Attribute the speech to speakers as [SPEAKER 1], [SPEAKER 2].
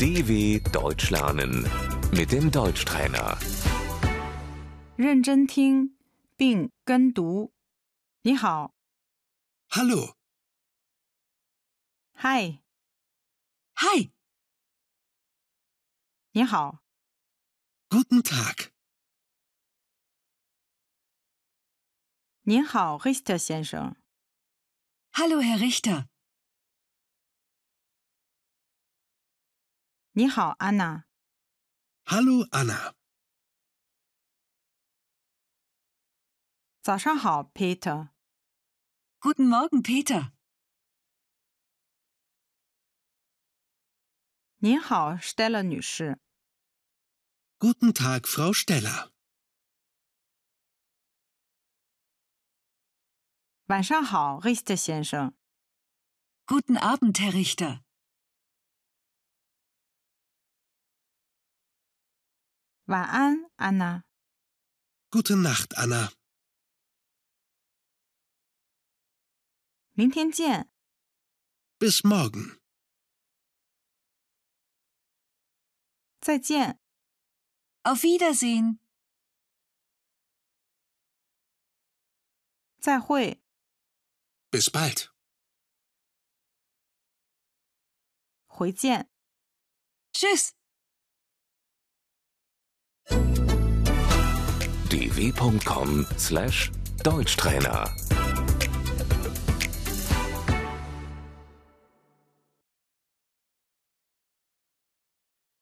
[SPEAKER 1] DW Deutsch lernen mit dem Deutschtrainer.
[SPEAKER 2] 认真听并跟读。你好
[SPEAKER 3] Hallo,
[SPEAKER 2] ，Hi，
[SPEAKER 4] Hi,
[SPEAKER 2] 你好，
[SPEAKER 3] guten Tag.
[SPEAKER 2] 您好，Richter 先生，
[SPEAKER 4] hallo Herr Richter.
[SPEAKER 2] 你好，安娜，
[SPEAKER 3] Hallo, Anna.
[SPEAKER 2] 早上好，Peter，
[SPEAKER 4] Guten Morgen, Peter.
[SPEAKER 2] 您好，Stella 女士，
[SPEAKER 3] Guten Tag, Frau Steller.
[SPEAKER 2] 晚上好，Richter 先生，
[SPEAKER 4] Guten Abend, Herr Richter.
[SPEAKER 2] 晚安，安娜，
[SPEAKER 3] Gute Nacht, Anna.
[SPEAKER 2] 明天见。
[SPEAKER 3] Bis morgen.
[SPEAKER 2] 再见。
[SPEAKER 4] Auf Wiedersehen.
[SPEAKER 2] 再会。
[SPEAKER 3] Bis bald.
[SPEAKER 2] 回见。
[SPEAKER 4] Tschüss.
[SPEAKER 1] dw.com/deutschtrainer